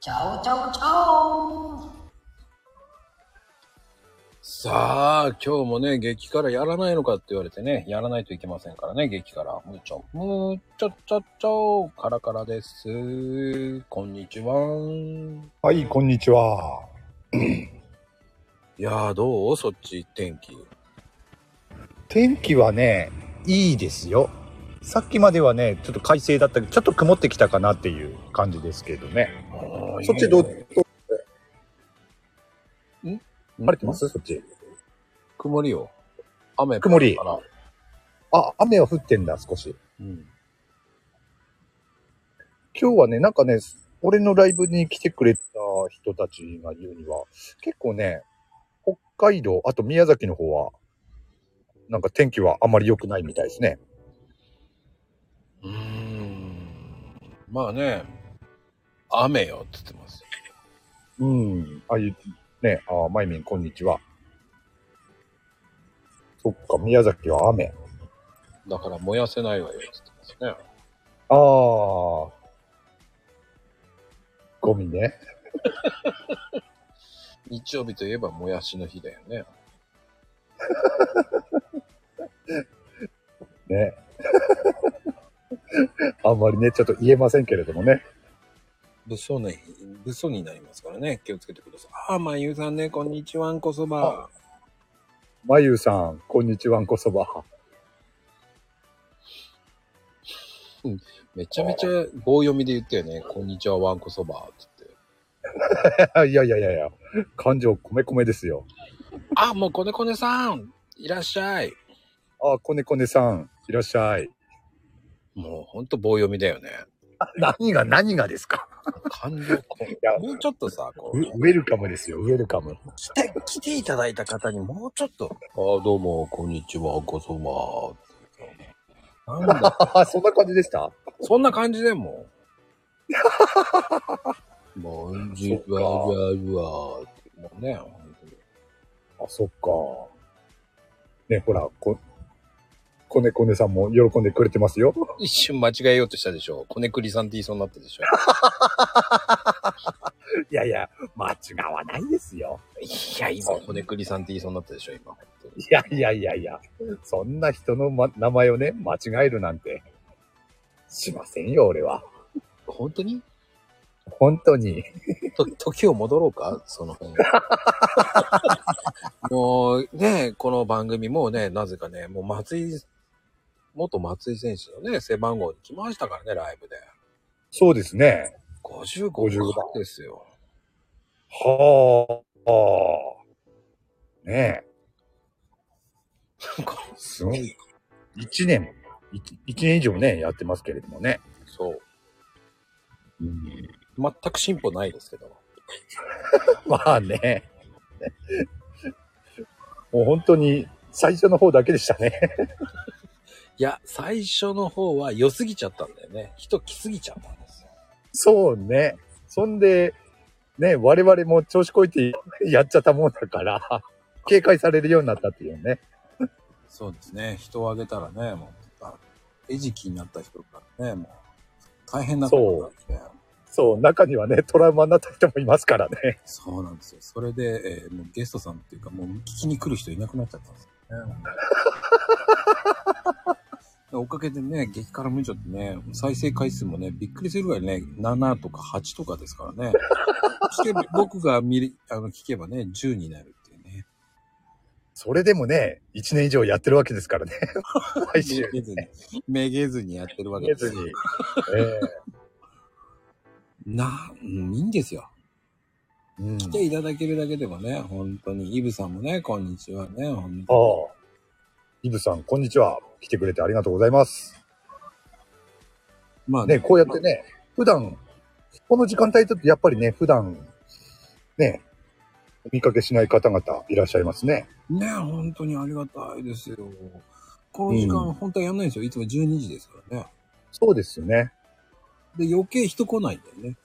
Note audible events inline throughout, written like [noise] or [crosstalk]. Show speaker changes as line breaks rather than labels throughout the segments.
チャオチャオチャオ
さあ、今日もね、激辛やらないのかって言われてね、やらないといけませんからね、激辛。むーちょ、むーちょちょちょ、カラカラです。こんにちは。
はい、こんにちは。
いやー、どうそっち天気。
天気はね、いいですよ。さっきまではね、ちょっと快晴だったけど、ちょっと曇ってきたかなっていう感じですけどね。そっちどう、
晴れ
そっち。
曇りよ。雨。
曇り
パラパラ
あ、雨は降ってんだ、少し。
うん。
今日はね、なんかね、俺のライブに来てくれた人たちが言うには、結構ね、北海道、あと宮崎の方は、なんか天気はあまり良くないみたいですね。
うーん。まあね、雨よって言ってます。
うん。あ、ゆ、ね、あ、まゆみん、こんにちは。そっか、宮崎は雨。
だから燃やせないわよって言ってますね。
ああ。ゴミね。
日曜日といえばもやしの日だよね。
ね。 [laughs] あんまりね、ちょっと言えませんけれどもね。
物騒な日、物騒になりますからね。気をつけてください。ああ、まゆさんね、こんにちは、んこそば。
まゆさん、こんにちはんこそば。 [laughs]
めちゃめちゃ棒読みで言ったよね。こんにちは、わんこそば。って言って。
いやいやいやいや、感情こめこめですよ。
あ、もうこねこねさんいらっしゃい
あ、こねこねさん、いらっしゃい。
もうほんと棒読みだよね。
何が何がですか
感情こ
いや
う。 [laughs] もうちょっとさ、こ
ウ
う、
ウェルカムですよ、ウェルカム。
来て、来ていただいた方にもうちょっと。ああ、どうも、こんにちは、こそば。なんだ、
あ、 [laughs] そんな感じでした
そんな感じで [laughs] もう。こんにちは、わうわってもうね、ほんとに
あ、そっか。ね、ほら、こ、こねこねさんも喜んでくれてますよ。
一瞬間違えようとしたでしょ。こねくりさんって言いそうになったでしょ。
いやいや、間違わないですよ。
いや、今、こねくりさんって言いそうになったでしょ、今。
いやいやいやいや、そんな人の、ま、名前をね、間違えるなんて、しませんよ、俺は。
本当に
本当に。
と、 [laughs] 時を戻ろうかその [laughs] 辺。もうね、この番組もね、なぜかね、もう松井、元松井選手のね、背番号に来ましたからね、ライブで。
そうですね。
55番ですよ。
はあ。ねえ。
こ
すごい。一年も、一一年以上ね、やってますけれどもね。
そう。全く進歩ないですけど。
まあね。もう本当に最初の方だけでしたね。
いや、最初の方は良すぎちゃったんだよね。人来すぎちゃったんですよ。
そうね。そんで、ね、我々も調子こいてやっちゃったもんだから、警戒されるようになったっていうね。
そうですね。人をあげたらね、もう、あ餌食になった人からね、もう、大変なことになって。
そう、中にはね、トラウマになった人もいますからね。
そうなんですよ。それで、えーもうゲストさんっていうか、もう聞きに来る人いなくなっちゃったんですよね。おか [laughs] げでね、激辛無茶ってね、再生回数もね、びっくりするぐらいね、7とか8とかですからね。聞けば僕が見りあの聞けばね、10になるっていうね。
それでもね、一年以上やってるわけですからね。毎週。
めげずに、めげずにやってるわけ
見え
です
ず
よ。
に。え
な、うんいいんですよ。
えうん。
来ていただけるだけでもね、本当に。イブさんもね、こんにちはね、本
あ
当に。
あ。イブさん、こんにちは。来てくれてありがとうございます。
まあ
ね、こうやってね、普段、この時間帯だとやっぱりね、普段、ね、お見かけしない方々いらっしゃいますね。
ねえ、本当にありがたいですよ。この時間、
うん
本当はやんないんですよ。いつも12時ですからね。
そうですよね。 [laughs]
で、余計人来ないんだよね。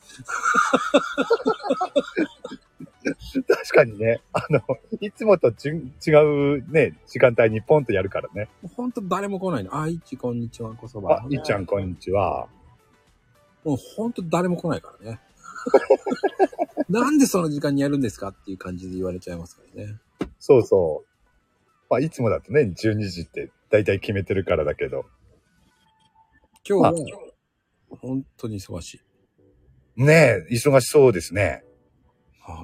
確かにね、あの、いつもとち違うね、時間帯にポンとやるからね。
ほんと誰も来ないの。あ、いちこんにちは、こそば
あ。、いっちゃんこんにちは。
もうほんと誰も来ないから
[laughs]
ね。なんでその時間にやるんですかっていう感じで言われちゃいますからね。
そうそう。まあ、いつもだとね、12時って大体決めてるからだけど。
今日
あ
は、本当に忙しい。
ねえ、忙しそうですね。
あ、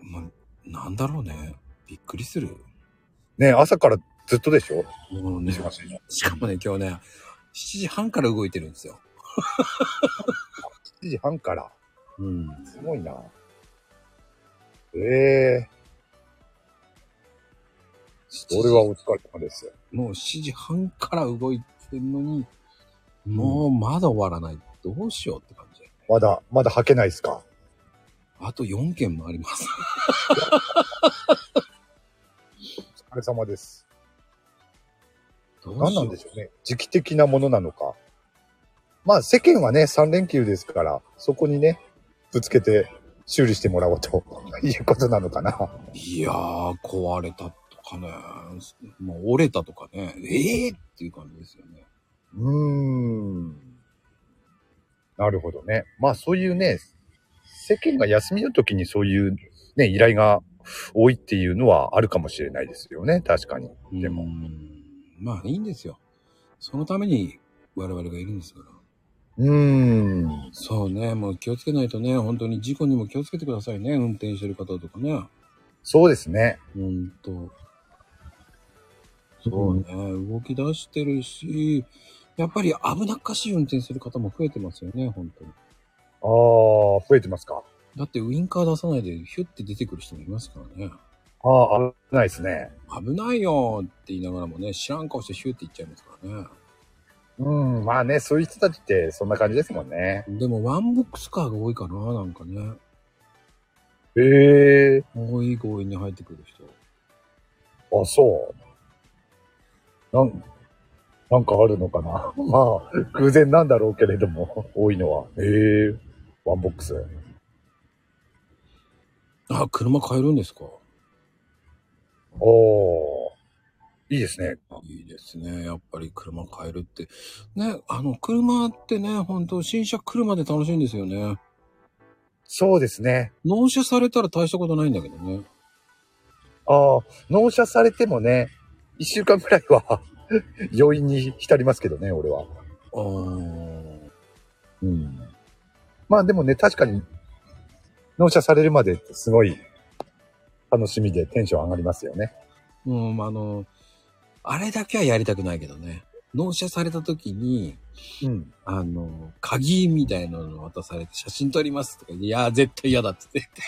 まあ、なんだろうね。びっくりする。
ねえ、朝からずっとでしょ
もうね、
忙しいね。
しかもね、今日ね、7時半から動いてるんですよ。
7時半から。
うん。
すごいな。ええ俺はお疲れ様ですよ。
もう7時半から動いてるのに、もうまだ終わらない。どうしようって感じ。
まだ、まだ吐けないですか
あと4件もあります。
お疲れ様です。
どう
[laughs] 何
し
な
よ
ん
う
でしょうね。時期的なものなのか。まあ世間はね、3連休ですから、そこにね、ぶつけて修理してもらおうと [laughs] いうことなのかな。
いやー、壊れたとかね、もう折れたとかね、ええー、っていう感じですよね。
うーん。なるほどね。まあそういうね、世間が休みの時にそういうね、依頼が多いっていうのはあるかもしれないですよね。確かに。でも
うーん。まあいいんですよ。そのために我々がいるんですから。
うーん。
そうね、もう気をつけないとね、本当に事故にも気をつけてくださいね、運転してる方とかね。
そうですね。
ほんと。そうね、動き出してるし、やっぱり危なっかしい運転する方も増えてますよね、本当に。
ああ、増えてますか。
だってウインカー出さないでヒュッて出てくる人もいますからね。
ああ、危ないですね。
危ないよって言いながらもね、知らん顔してヒューって言っちゃいますから
うん、まあね、そういう人たちってそんな感じですもんね。
ね。でも、ワンボックスカーが多いかな、なんかね。
へえ。
多い強引に入ってくる人。
あ、そう。なん、なんかあるのかな。 [laughs] まあ、偶然なんだろうけれども、多いのは。へえ。ワンボックス。
あ、車買えるんですか
おー。いいですね。
いいですね。やっぱり車買えるって。ね、あの、車ってね、本当新車来るまで楽しいんですよね。
そうですね。
納車されたら大したことないんだけどね。
ああ、納車されてもね、一週間くらいは、 [laughs] 余韻に浸りますけどね、俺は。
あー
うん。まあでもね、確かに、納車されるまでってすごい、楽しみでテンション上がりますよね。
うん、あの、あれだけはやりたくないけどね。納車された時に、
うん。
あの、鍵みたいなの渡されて写真撮りますとか言って、いやー、絶対嫌だって言って。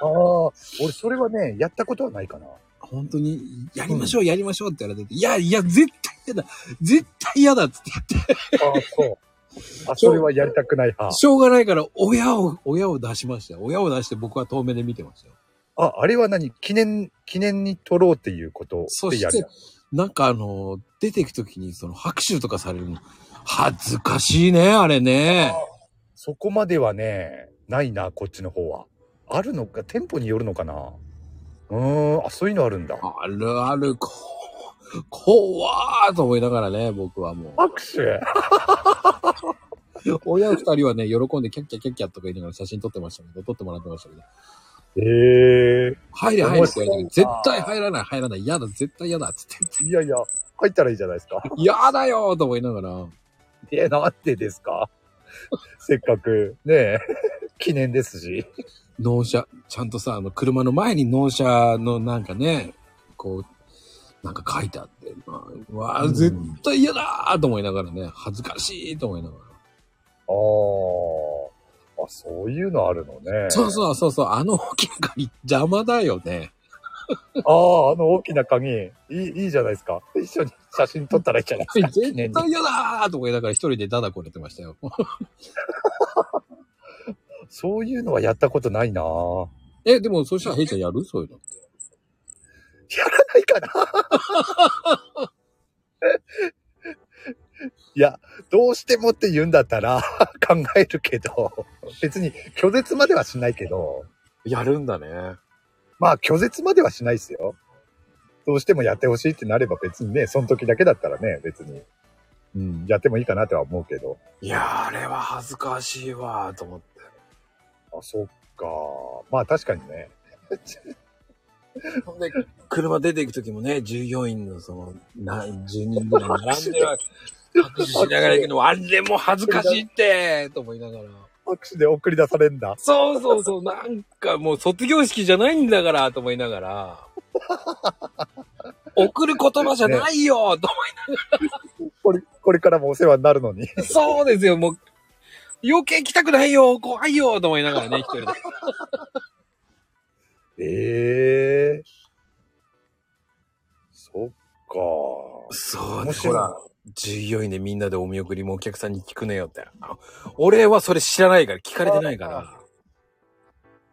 ああ、俺それはね、やったことはないかな。
本当に、やりましょう、やりましょうって言われて、いや、いや、絶対嫌だ絶対嫌だって言って、
ああ、そう。あ、それはやりたくない派。
しょうがないから、親を、親を出しましたよ。親を出して僕は遠目で見てましたよ。
あ、あれは何記念、記念に撮ろうっていうこと
そ
で
し
やる
て。、なんかあの、出てくときにその拍手とかされるの、恥ずかしいね、あれね。
そこまではね、ないな、こっちの方は。あるのか、店舗によるのかな。うーん、あ、そういうのあるんだ。
あるある、こ、怖ーと思いながらね、僕はもう。
拍手
親二人はね、喜んでキャッキャキャッキャとか言いながら写真撮ってましたけど、撮ってもらってましたけど、
ええ
入れ入れって言われ
面
て、絶
白い
対
な
入らない入らない、嫌だ絶対嫌だっつって、
いやいや、入ったらいいじゃないです [laughs] か。
嫌だよーと思いながら、
え、なんでですかせっかく、ねえ、 [laughs] 記念ですし。
納車、ちゃんとさ、あの、車の前に納車のなんかね、こう、なんか書いてあって、まあ、うわあ、
うん
絶対嫌だーと思いながらね、恥ずかしいと思いながら。
ああ、あ、そういうのあるのね。
そうそうそうそう、あの大きな鍵邪魔だよ [laughs] ね。
ああ、あの大きな鍵、いい、いいじゃないですか。一緒に写真撮ったらいいじゃないですか。
絶
記念に
対嫌だーと思いながら一人でダダこねてましたよ。
そういうのはやったことないな
え、でもそしたらヘイちゃんやるそういうの。
やらないかな [laughs] いや、どうしてもって言うんだったら [laughs] 考えるけど、別に拒絶まではしないけど、
やるんだね。
まあ拒絶まではしないですよ。どうしてもやってほしいってなれば別にね、その時だけだったらね、別に。うん、やってもいいかなとは思うけど。
いやー、あれは恥ずかしいわーと思って。
あ、そっか。まあ確かにね。
ほんで、車出て行く時もね、従業員のその、な10人ぐらい並んでるわけ。拍手しながら行くのも、あれも恥ずかしいってーと思いながら。
[laughs] 拍手で送り出されんだ。
そうそうそう、なんかもう卒業式じゃないんだからと思いながら。送る言葉じゃないよと
これ、これからもお世話になるの
[laughs] 思
に。
い、そうですよ、もう。余計来たくないよ怖いよと思いながらね、一人で。
ええそっか。
そう
面
ね、ほ
白い
ら、従業員でみんなでお見送りもお客さんに聞くねよって。あ俺はそれ知らないから、聞かれてないか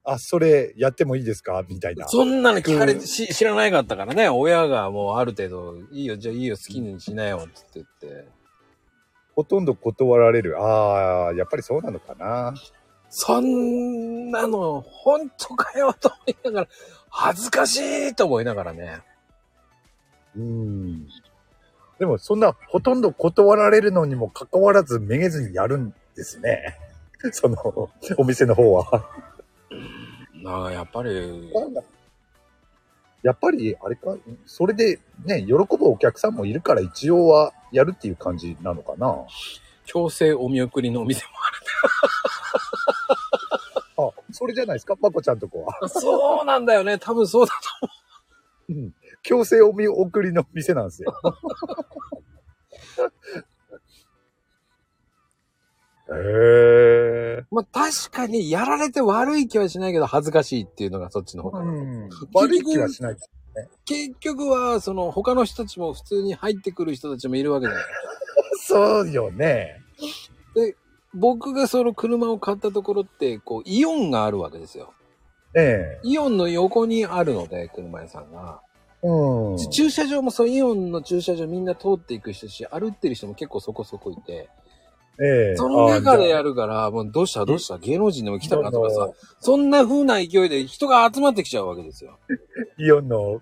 あ、それやってもいいですかみたいな
ら。。そんなの聞かれて、し知らないかったからね、親がもうある程度、いいよ、じゃあいいよ、好きにしなよって言って。
ほとんど断られる。ああ、やっぱりそうなのかな。
そんなの、本当かよと思いながら、恥ずかしいと思いながらね。
うん。でも、そんな、ほとんど断られるのにもかかわらず、めげずにやるんですね。 [laughs] その、お店の方は。
ああ、やっぱり、
やっぱり、あれか、それでね、喜ぶお客さんもいるから、一応はやるっていう感じなのかな。
強制お見送りのお店も
あ、それじゃないですか、まこちゃんとこは。
ある。そうなんだよね、多分そうだと
うん強制お見送りの店なんですよ。 [laughs] へえ。
まあ、確かにやられて悪い気はしないけど恥ずかしいっていうのがそっちの方かな
うん。悪い気はしない。
結局は、その他の人たちも普通に入ってくる人たちもいるわけじゃない。
そうよね。
僕がその車を買ったところって、こう、イオンがあるわけですよ。
ええ。
イオンの横にあるので、車屋さんが。
うん。
駐車場もそう、イオンの駐車場みんな通っていく人し、歩ってる人も結構そこそこいて、
ええ。
その中でや
る。
るから、もうどうしたどうした芸能人でも来
来
たかとかさ、そんな風な勢いで人が集まってきちゃうわけですよ。
イオンの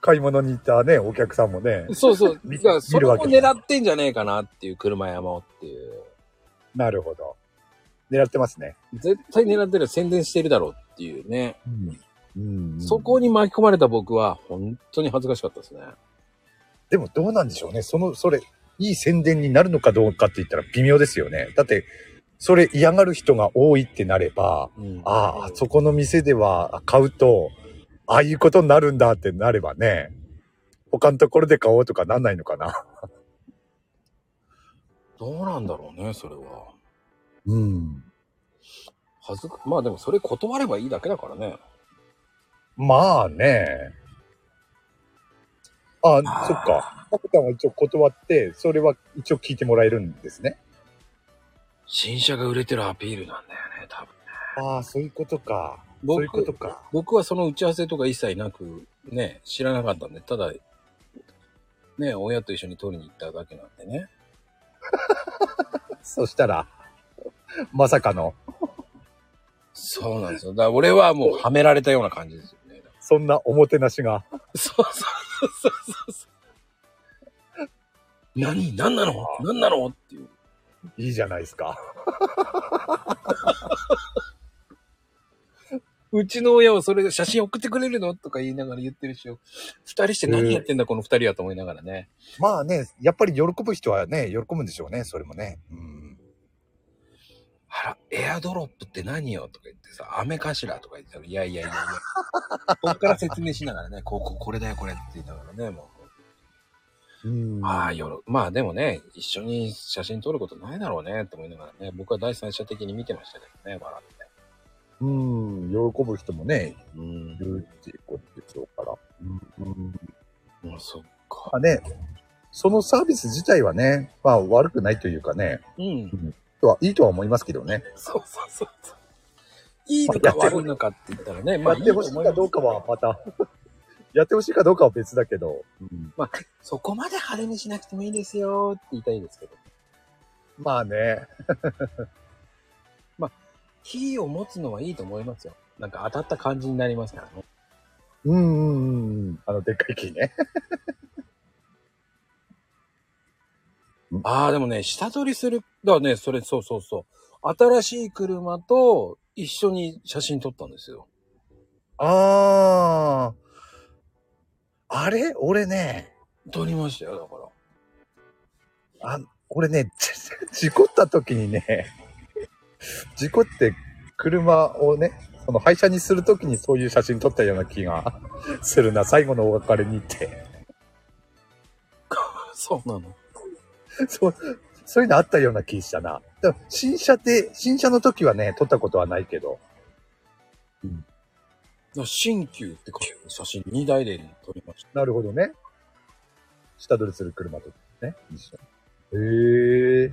買い物に行ったね、お客さんもね。
そうそう。
[laughs] 見
だから、そ
見
れ
る
を
わけだ
狙ってんじゃねえかなっていう、車山をっていう。
なるほど。狙ってますね。
絶対狙ってる、宣伝してるだろうっていうね。
うん。うん
そこに巻き込まれた僕は、本当に恥ずかしかったですね。
でもどうなんでしょうね。その、それ、いい宣伝になるのかどうかって言ったら微妙ですよね。だって、それ嫌がる人が多いってなれば、
うん
ああ、あそこの店では買うと、ああいうことになるんだってなればね、他のところで買おうとかなんないのかな。
どうなんだろうね、それは。
うん。
恥ずか、まあでもそれ断ればいいだけだからね。
まあね。あ
あー
そっか。パクタンは一応断って、それは一応聞いてもらえるんですね。
新車が売れてるアピールなんだよね、多分。
ああ、そういうことか。
僕
そういうことか。
僕はその打ち合わせとか一切なく、ね、知らなかったんで、ただ、ね、親と一緒に取りに行っただけなんでね。
そしたら、まさかの。
そうなんですよ。だから俺はもうはめられたような感じですよね。
そんなおもてなしが。
そうそうそうそうそう。何何なの何なのっていう。
いいじゃないですか。
うちの親はそれで写真送ってくれるのとか言いながら言ってるしよ。二人して何やってんだ、この二人はと思いながらね。
まあね、やっぱり喜ぶ人はね、喜ぶんでしょうね、それもね。うん。
あら、エアドロップって何よとか言ってさ、雨かしらとか言ってたら、いやい
[laughs]
やいやいや。こっから説明しながらね、こう、こうこれだよ、これって言いながらね、も
うん
う。ああ、よろ、まあでもね、一緒に写真撮ることないだろうね、と思いながらね、僕は第三者的に見てましたけどね、笑って。
うん、喜ぶ人もね、
うん
い。るっていうことでしょうから。うん。
もうそっ
まあ
か。
ね、そのサービス自体はね、まあ悪くないというかね、
うん。
とはいいとは思いますけどね。
そうそうそうそう。いいのか悪いのかって言ったらね、まあ
やってほしいかどうかはまた、やってほしいかどうかは別だけど、
そこまで派手にしなくてもいいですよって言いたいですけど。
まあね、
キーを持つのはいいと思いますよ。なんか当たった感じになりますからね。
うんうんうんうん。あの、でっかい木ね。
ああ、でもね、下取りする。だからね、それ、そうそうそう。新しい車と一緒に写真撮ったんですよ。
あー。あれ俺ね、
撮りましたよ、だから。
俺ね、 [laughs] 事故った時にね、事故って車をね、その廃車にする時にそういう写真撮ったような気が [laughs] するな。最後のお別れにって。 [laughs]
そうなの。
そう、そういうのあったような気したな。でも新車って、新車の時はね、撮ったことはないけど。
新旧って書いてある写真2台で撮りました。
なるほどね。下取りする車とね、一緒に。へえ。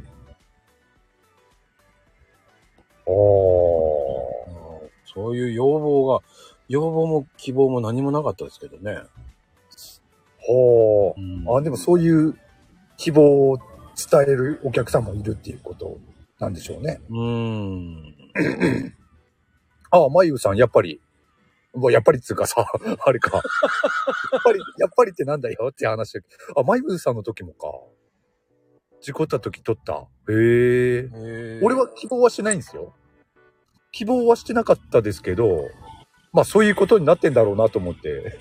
あー。
そういう要望が、要望も希望も何もなかったですけどね。
ほー。あ、でもそう
いう。
いう希望を伝えるお客さんもいるっていうことなんでしょうね。
うーん。
ああ、まゆさん、やっぱり。うわやっぱりっつうかさ、 [laughs] あれか。やっぱり、やっぱりってなんだよって話だけど。あ、まゆさんの時もか。事故った時撮った。へえ。俺は希望はしないんですよ。希望はしてなかったですけど、まあそういうことになってんだろうなと思って、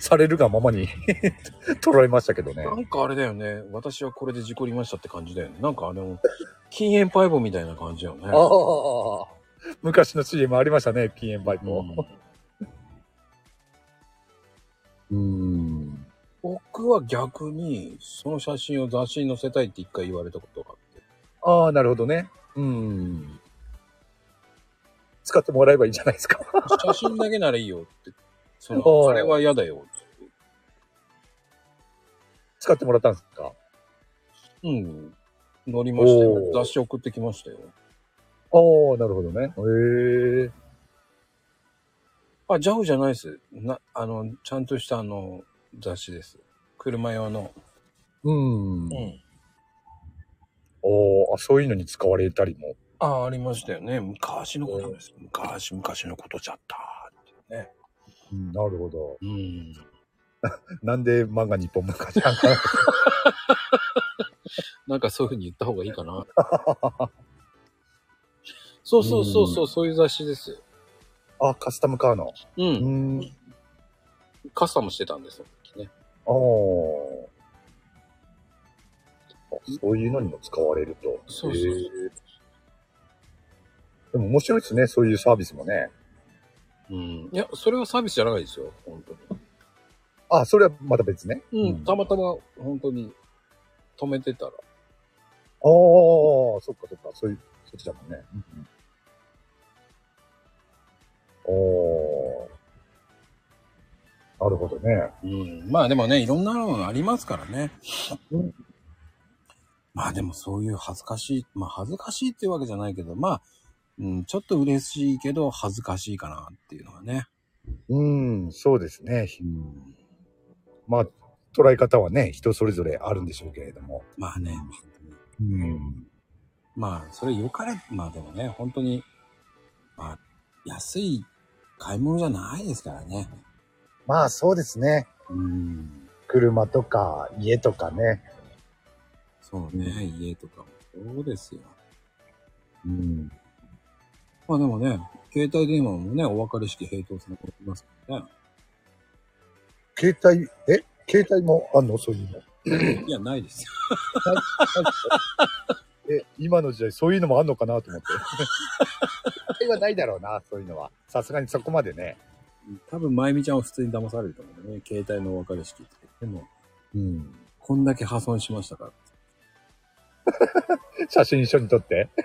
されるがままに [laughs] 取られましたけどね
な。んかあれだよね。私はこれで事故りましたって感じだよね。なんかあの、禁煙パイプみたいな感じだよね。
ああ、昔の CM ありましたね、禁煙バイク
うん
も。うん。
僕は逆に、その写真を雑誌に載せたいって一回言われたことがあって。
ああ、なるほどね。うん。使ってもらえばいいじゃないですか。
写真だけならいいよ
[laughs]
って。そ
お
の
ー
あれは嫌だよって。
使ってもらったんですか
うん。乗りましたよ
お。ー
雑誌送ってきましたよ。
ああ、なるほどね。へえ。
あ、ジャフじゃないです。な、あの、ちゃんとしたあの、雑誌です。車用の。
うん。
ん。
おーあ、そういうのに使われたりも。
あ、ありましたよね。昔のことです。昔、昔のことじゃったってね。
うんなるほど。
うん。
なんで漫画日本漫画じゃんか。
なんかそういうふうに言った方がいいかな。 [laughs] そうそうそうそう、そういう雑誌ですよ。
[laughs] あ、カスタムカーの。
う。
うんん。
カスタムしてたんですよ。その時ね。
あーあ。そういうのにも使われると。
そうそう
へーでも面白いですね、そういうサービスもね。
うん。いや、それはサービスじゃないですよ。本当に。
あ、それはまた別ね。
うん、
あ
たまたま本当に止めてたら。
あー、そっかそっか、そういう、そっちだもんね。おー。なるほどね。
うん、まあでもね、いろんなのがありますからね
うん。
まあでもそういう恥ずかしい、まあ恥ずかしいっていうわけじゃないけど、まあ、うん、ちょっと嬉しいけど恥ずかしいかなっていうのがね。
うん、そうですね。
うん、
まあ、捉え方はね、人それぞれあるんでしょうけれども。
まあね、
うん。
まあそれ良かれ、まあでもね、本当に、まあ安い買い物じゃないですからね。
まあ、そうですね。
うん、
車とか、家とかね。
そうね、家とかもそうですよ。
うん。
まあでもね、携帯電話もね、お別れ式閉頭することいますからね。
携帯、え携帯もあんのそういうの。 [laughs]
いや、ないですよ。
え、今の時代そういうのもあんのかなと思 [laughs] って。手はないだろうな、そういうのは。さすがにそこまでね。
多分、まゆみちゃんは普通に騙されると思うね。携帯のお別れ式って。でも、
うん。
こんだけ破損しましたから。
写真一緒に撮って。 [laughs]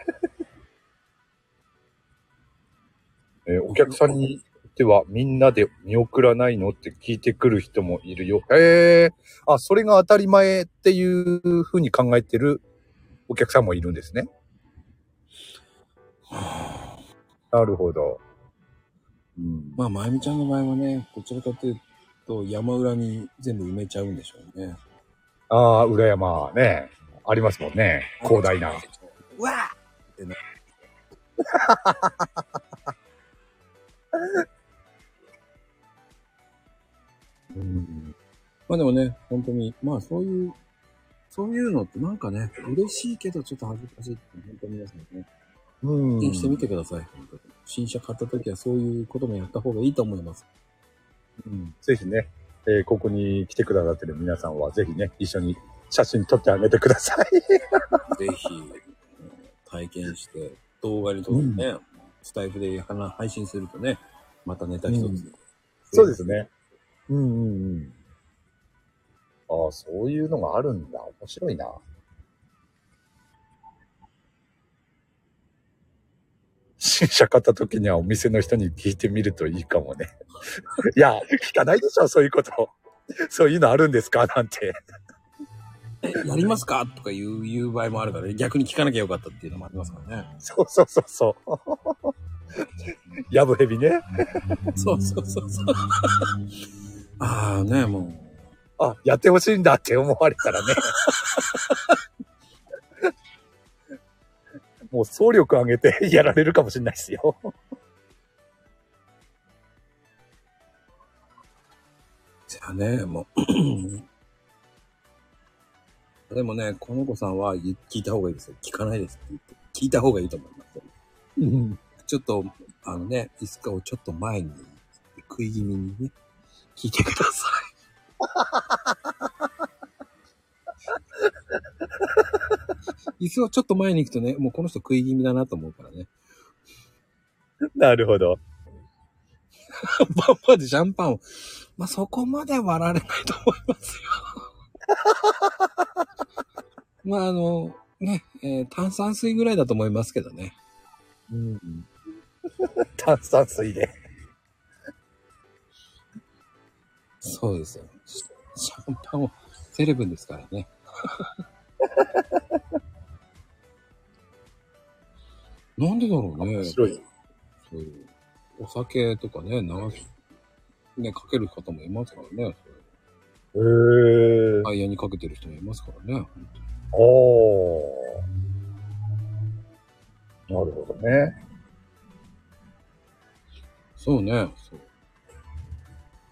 え、お客さんにではみんなで見送らないのって聞いてくる人もいるよ。へえ。あ、それが当たり前っていうふうに考えてるお客さんもいるんですね。なるほど。うん。
まあ、まゆみちゃんの場合はね、どちらかというと、山裏に全部埋めちゃうんでしょうね。
ああ、裏山ね。ありますもんね。広大な。
うわあ
うん。
まあでもね、本当に、まあそういう、そういうのってなんかね、嬉しいけどちょっと恥ずかしいって、本当に皆さんね、
うん。
経験してみてください。本当に新車買った時はそういうこともやった方がいいと思います。
うんぜひね、えーここに来てくださってる皆さんは、ぜひね、一緒に写真撮ってあげてください。
ぜひ、体験して、動画に撮ってね、スタイフで話配信するとね、またネタ一つ。
うんそうですね。うんうんうん。ああ、そういうのがあるんだ。面白いな。新車買った時にはお店の人に聞いてみるといいかもね。 [laughs] いや、聞かないでしょ、そういうこと。そういうのあるんですかなんて。
え、やりますかとか言う、言う場合もあるからね、逆に聞かなきゃよかったっていうのもありますからね。
そうそうそうそう。やぶへびね。
そうそうそう [laughs] そう。ああね、も
あ、やってほしいんだって思われた [laughs] らね。もう総力上げてやられるかもしれないですよ。
う、じゃあね、もう。 [clears throat] でもね、この子さんは言聞いた方がいいですよ。聞かないですって言って。聞いた方がいいと思います。ちょっと、あのね、椅子をちょっと前に、食い気味にね、聞いてください。 [laughs] 椅子をちょっと前に行くとね、もうこの人食い気味だなと思うからね。
なるほど。
バンバンでシャンパンを。まあ、そこまで割られないと思いますよ。 [laughs] まあ、あの、ね、えー炭酸水ぐらいだと思いますけどね。
炭酸水で。
そうですよ。シシャンパンを、セレブンですから [laughs] ね。なんでだろうね。
面白い。
そういうお酒とかね、流し、ね、かける方もいますからね。
へー。
タイヤにかけてる人もいますからね。
おー。なるほどね。
そうね。そう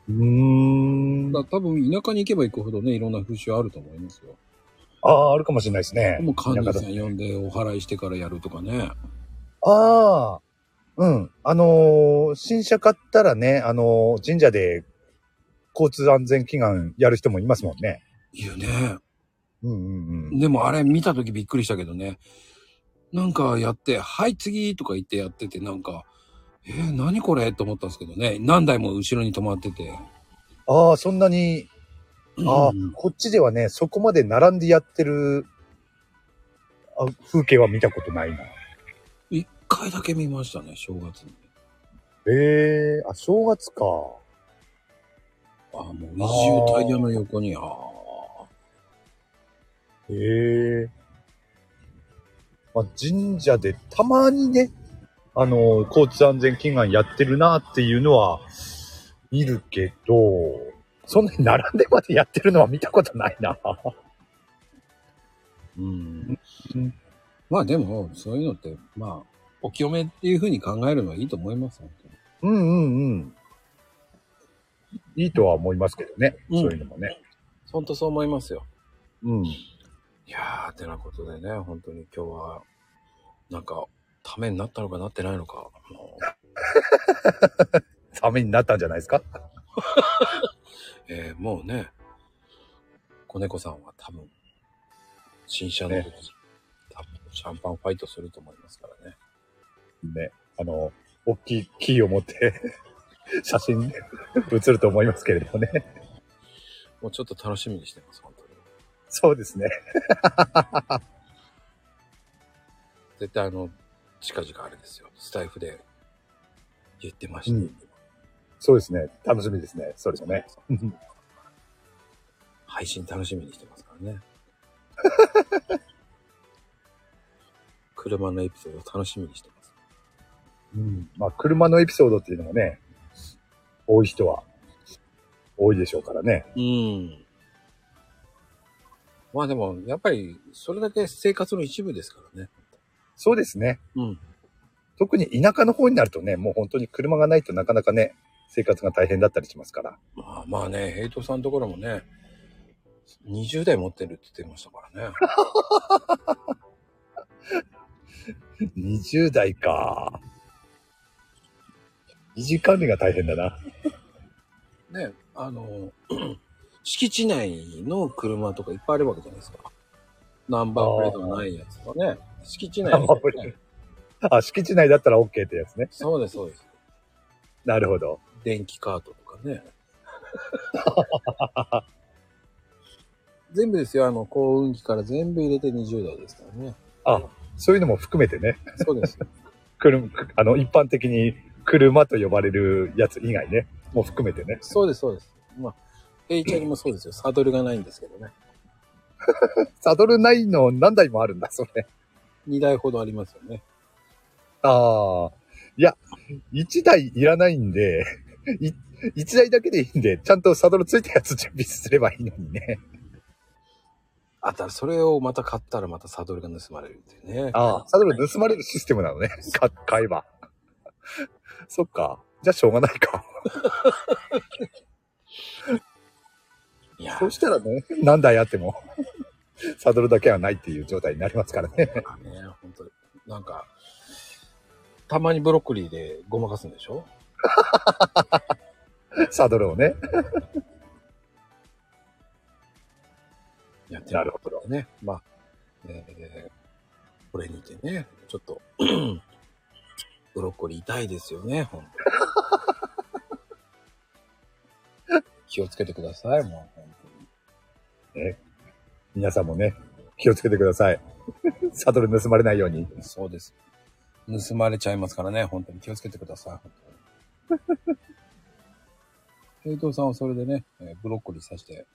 うーん
だから多分田舎に行けば行くほどね、いろんな風習あると思いますよ。
ああ、あるかもしれないですね。
もう管理
田舎
さん
だ
呼んでお祓いしてからやるとかね。
ああ、うん。あのー新車買ったらね、あのー神社で交通安全祈願やる人もいますもんね。
言うね。
うんうんうん。
でもあれ見た時びっくりしたけどね。なんかやって、はい次とか言ってやってて、なんか、えー、何これと思ったんですけどね。何台も後ろに止まってて。
ああ、そんなに、ああ、こっちではね、そこまで並んでやってるあ風景は見たことないな。へ
一回だけ見ましたね、正月に。
えあ、正月か。
ああ、もう二重タイヤの横に、ああ。
へえまあ、神社でたまにね、あのー交通安全祈願やってるなっていうのは、いるけど、そんなに並んでまでやってるのは見たことないな。
うん。まあでも、そういうのって、まあ、お清めっていうふうに考えるのはいいと思います。本当に
うんうんうん。いいとは思いますけどね、
うん
そういうのもね。
本当そう思いますよ。
うん。
いやー、てなことでね、本当に今日は、なんか、ためになったのかなってないのか、あの
ためになったんじゃないですか
えーもうね、子猫さんは多分、新車の時、
ね
多分シャンパンファイトすると思いますからね。
ね、あの、大きいキーを持って、 [laughs] 写真、 [laughs] 写ると思いますけれどもね。
もうちょっと楽しみにしてます、本当に。
そうですね。
絶対あの、近々あれですよ、スタイフで言ってました、
うんそうですね。楽しみですね。そうですね。
配信楽しみにしてますからね。 [laughs] 車のエピソード楽しみにしてます。
うん。まあ、車のエピソードっていうのがね、多い人は多いでしょうからね。
うん。まあでも、やっぱり、それだけ生活の一部ですからね。
そうですね。
うん。
特に田舎の方になるとね、もう本当に車がないとなかなかね、生活が大変だったりしますから。
まあまあね、ヘイトさんのところもね、20代持ってるって言ってましたからね。
20代か。維持管理が大変だな。 [laughs]
ね、あの、 [clears throat] 敷地内の車とかいっぱいあるわけじゃないですか。ナンバープレートがないやつとかね。敷地内
ナンバープレーあ、 [laughs] 敷地内だったら OK ってやつね。
そうです、そうです。
なるほど。
電気カートとかね。 [laughs] 全部ですよ、あの、幸運期から全部入れて20代ですからね。
あ、そういうのも含めてね。
そうです。
車、あの、一般的に車と呼ばれるやつ以外ね。も含めてね。
そうです、そうです。まあ、ヘイチャリもそうですよ。サドルがないんですけどね。
サドルないの何台もあるんだ、それ。
2台ほどありますよね。
ああ。いや、1台いらないんで、 [laughs] い1台だけでいいんで、ちゃんとサドルついたやつ準備すればいいのにね。
あたそれをまた買ったらまたサドルが盗まれるっていうね。
ああ。サドル盗まれるシステムなのね。か買えば。 [laughs] そっか。じゃあしょうがないか。
いや、
そしたらね、何台あっても、サドルだけはないっていう状態になりますからね。
なんかね、本当になんか、たまにブロッコリーでごまかすんでしょ
サドルをね。
やって
な
る
るほど。
んでね。まあ、えーこれにてね、ちょっと、 [clears throat] ブロッコリー痛いですよね、本当に気をつけてください、もう。本当に
皆さんもね、気をつけてください。サドル盗まれないように。
そうです。盗まれちゃいますからね、本当に気をつけてください。本当に平等さんはそれでね、えーブロッコリー刺して、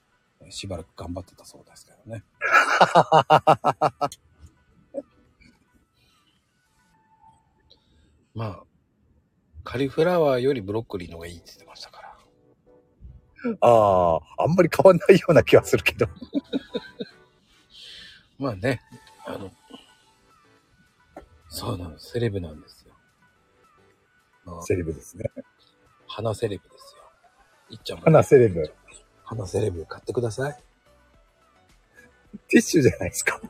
えーしばらく頑張ってたそうですけどね。 [laughs] まあ、カリフラワーよりブロッコリーの方がいいって言ってましたから。
ああ、あんまり変わんないような気はするけど。
まあね、あの、そうなの、セレブなんですよ。まあ
セレブですね。
花セレブですよ。いっちゃんも、
花セレブ。
花セレブ買ってください。
ティッシュじゃないですか。 [laughs]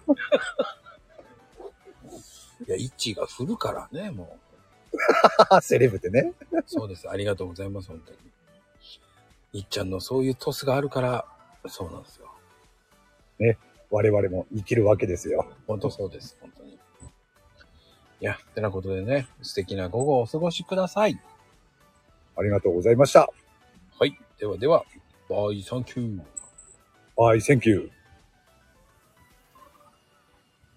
いや、イッチーが振るからね、も
セレブでね。
う。そうです。ありがとうございます、本当に。いっちゃんのそういうトスがあるから、そうなんですよ。
我々も生きるわけですよ。
本当そうです、本当に。いや、てなことでね、素敵な午後をお過ごしください。
ありがとうございました。
はい。ではでは、バイサンキュー。
はい、センキュー。